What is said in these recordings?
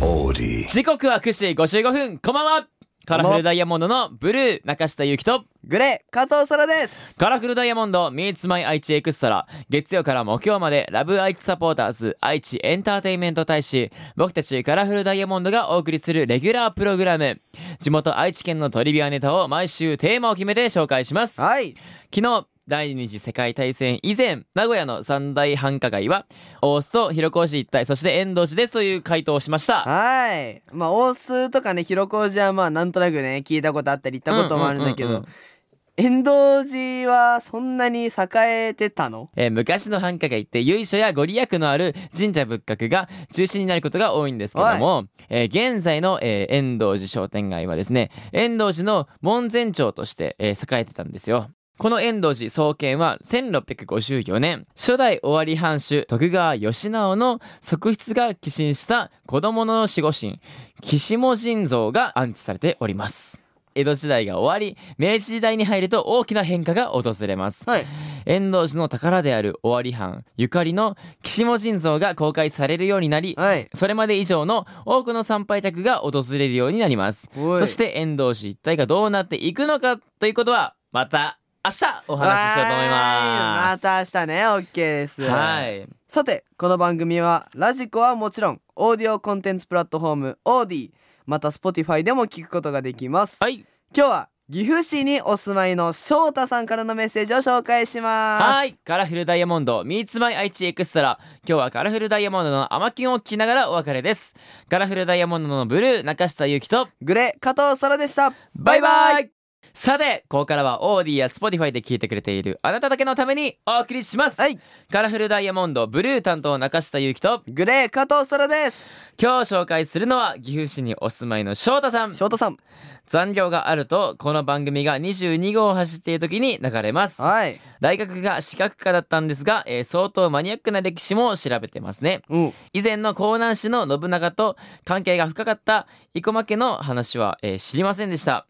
melody. 時刻は9時55分こんばんはカラフルダイヤモンドのブルー中下ゆきとグレー加藤空ですカラフルダイヤモンド Meets My 愛知エクストラ月曜から木曜までラブ愛知サポーターズ愛知エンターテインメント大使僕たちカラフルダイヤモンドがお送りするレギュラープログラム地元愛知県のトリビアネタを毎週テーマを決めて紹介しますはい昨日第二次世界大戦以前名古屋の三大繁華街は大須と広小路一帯そして遠藤寺ですという回答をしましたはいまあ大須とかね広小路はまあなんとなくね聞いたことあったり行ったこともあるんだけど、うんうんうんうん遠藤寺はそんなに栄えてたのえー昔の繁華街って由緒やご利益のある神社仏閣が中心になることが多いんですけども、えー現在の、えー遠藤寺商店街はですね遠藤寺の門前町として、えー栄えてたんですよ。この遠藤寺創建は1654年初代尾張藩主徳川義直の側室が寄進した子供の守護神岸本神像が安置されております江戸時代が終わり明治時代に入ると大きな変化が訪れますはい遠藤寺の宝である尾張藩ゆかりの岸本神像が公開されるようになりはいそれまで以上の多くの参拝客が訪れるようになりますおいそして遠藤寺一体がどうなっていくのかということはまた明日お話ししようと思いますはいまた明日ね OK ですはいさてこの番組はラジコはもちろんオーディオコンテンツプラットフォームオーディまた Spotify でも聞くことができます、はい今日は岐阜市にお住まいの翔太さんからのメッセージを紹介しますはいカラフルダイヤモンド Meets My 愛知エクストラ今日はカラフルダイヤモンドのアマキュンを聞きながらお別れですカラフルダイヤモンドのブルー中下ゆきとグレ加藤空でしたバイバイイさて、ここからはオーディや Spotify で聞いてくれているあなただけのためにお送りします、はいカラフルダイヤモンドブルー担当中下ゆきとグレ加藤空です今日紹介するのは岐阜市にお住まいの翔太さん翔太さん残業があるとこの番組が22号を走っている時に流れますはい大学が視覚科だったんですが、えー相当マニアックな歴史も調べてますねうん以前の江南市の信長と関係が深かった生駒家の話は、えー知りませんでした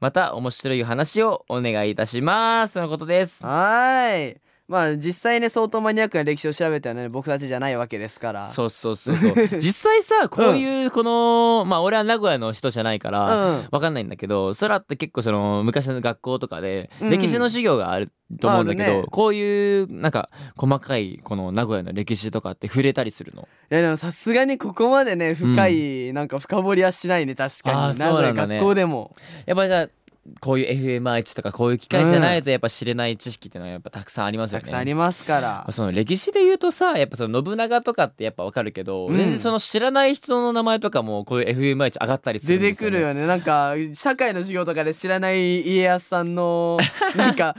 また面白い話をお願いいたしますとのことですはいまあ実際ね相当マニアックな歴史を調べたのはね僕たちじゃないわけですからそうそうそう そう実際さこういうこの、まあ俺は名古屋の人じゃないから、うんわかんないんだけど空って結構その昔の学校とかでうん歴史の授業があると思うんだけど、あるねこういうなんか細かいこの名古屋の歴史とかって触れたりするのいやでもさすがにここまでね深い、なんか深掘りはしないね確あかーにそうなんだね学校でもやっぱりじゃあこういう FMI とかこういう機会じゃないとやっぱ知れない知識っていうのはやっぱたくさんありますよたね。くさんありますからその歴史で言うとさやっぱその信長とかってやっぱわかるけど、うん全然その知らない人の名前とかもこういう FMI 値上がったりする出んでてすよ、くね、るよねなんか社会の授業とかで知らない家康さんのなんか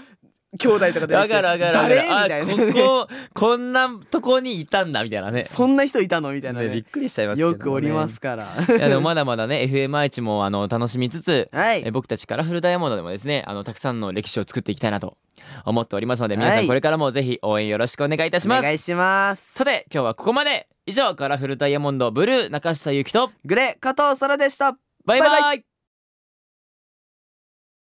兄弟とかでわかるわかるわか誰るみたいなね、あこここんなとこにいたんだみたいなね そんな人いたのみたいなねびっねくりしちゃいますけど、ね、よくおりますからいやでもまだまだね FMI 値もあの楽しみつつ はえい僕たちカラフルダイヤモンドでもですねあのたくさんの歴史を作っていきたいなと思っておりますので皆さはんいこれからもぜひ応援よろしくお願いいたしおます、願いしますさて今日はここまで以上カラフルダイヤモンドブルー中下ゆきとグレ加藤空でしたバイバイバイバイ